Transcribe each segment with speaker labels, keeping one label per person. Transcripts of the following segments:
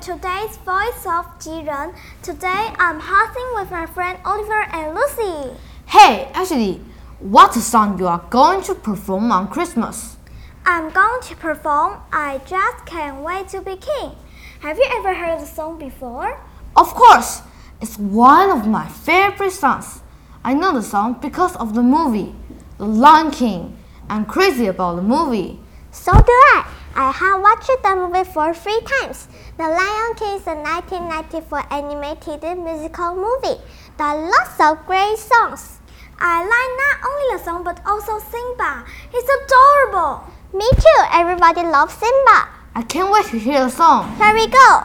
Speaker 1: today's Voice of Jiren. Today I'm hosting with my friend Oliver and Lucy.
Speaker 2: Hey, Ashley, what song you are going to perform on Christmas?
Speaker 1: I'm going to perform I Just Can't Wait to Be King. Have you ever heard the song before?
Speaker 2: Of course, it's one of my favorite songs. I know the song because of the movie, The Lion King. I'm crazy about the movie.
Speaker 1: So do I. I have watched the movie for three times. The Lion King is a 1994 animated musical movie. There are lots of great songs. I like not only the song but also Simba. He's adorable. Me too. Everybody loves Simba.
Speaker 2: I can't wait to hear the song.
Speaker 1: Here we go.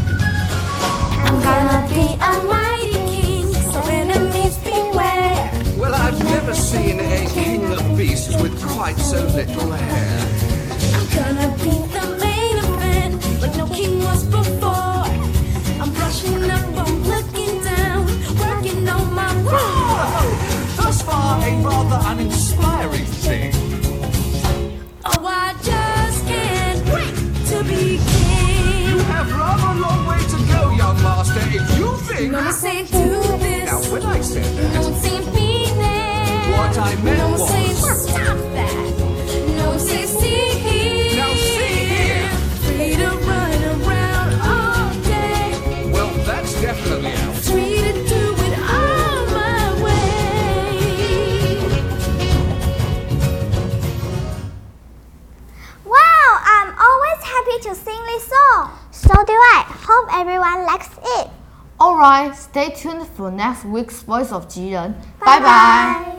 Speaker 3: I'm gonna be a mighty king, so enemies beware.
Speaker 4: Well, I've never seen a king of beasts with quite so little hair.
Speaker 3: I'm gonna be the main event, like no king was before. I'm brushing up, I'm looking down, working on my roar.
Speaker 4: Thus far, a rather uninspiring thing.
Speaker 3: Oh, I just can't wait to be king.
Speaker 4: Have rather long way to go, young master, if you think.
Speaker 3: No one say do
Speaker 4: Now,
Speaker 3: this,
Speaker 4: when I said that,
Speaker 3: no one say be there.
Speaker 4: What I meant
Speaker 3: no one say
Speaker 4: was-
Speaker 3: stop that. No one say see here.
Speaker 4: Now, see here.
Speaker 3: Free to run around all day.
Speaker 4: well, that's definitely out.
Speaker 3: Free to do it all my way.
Speaker 1: Wow, I'm always happy to sing this song. So do I. Hope everyone likes it.
Speaker 2: Alright, stay tuned for next week's Voice of Jiren. bye. bye.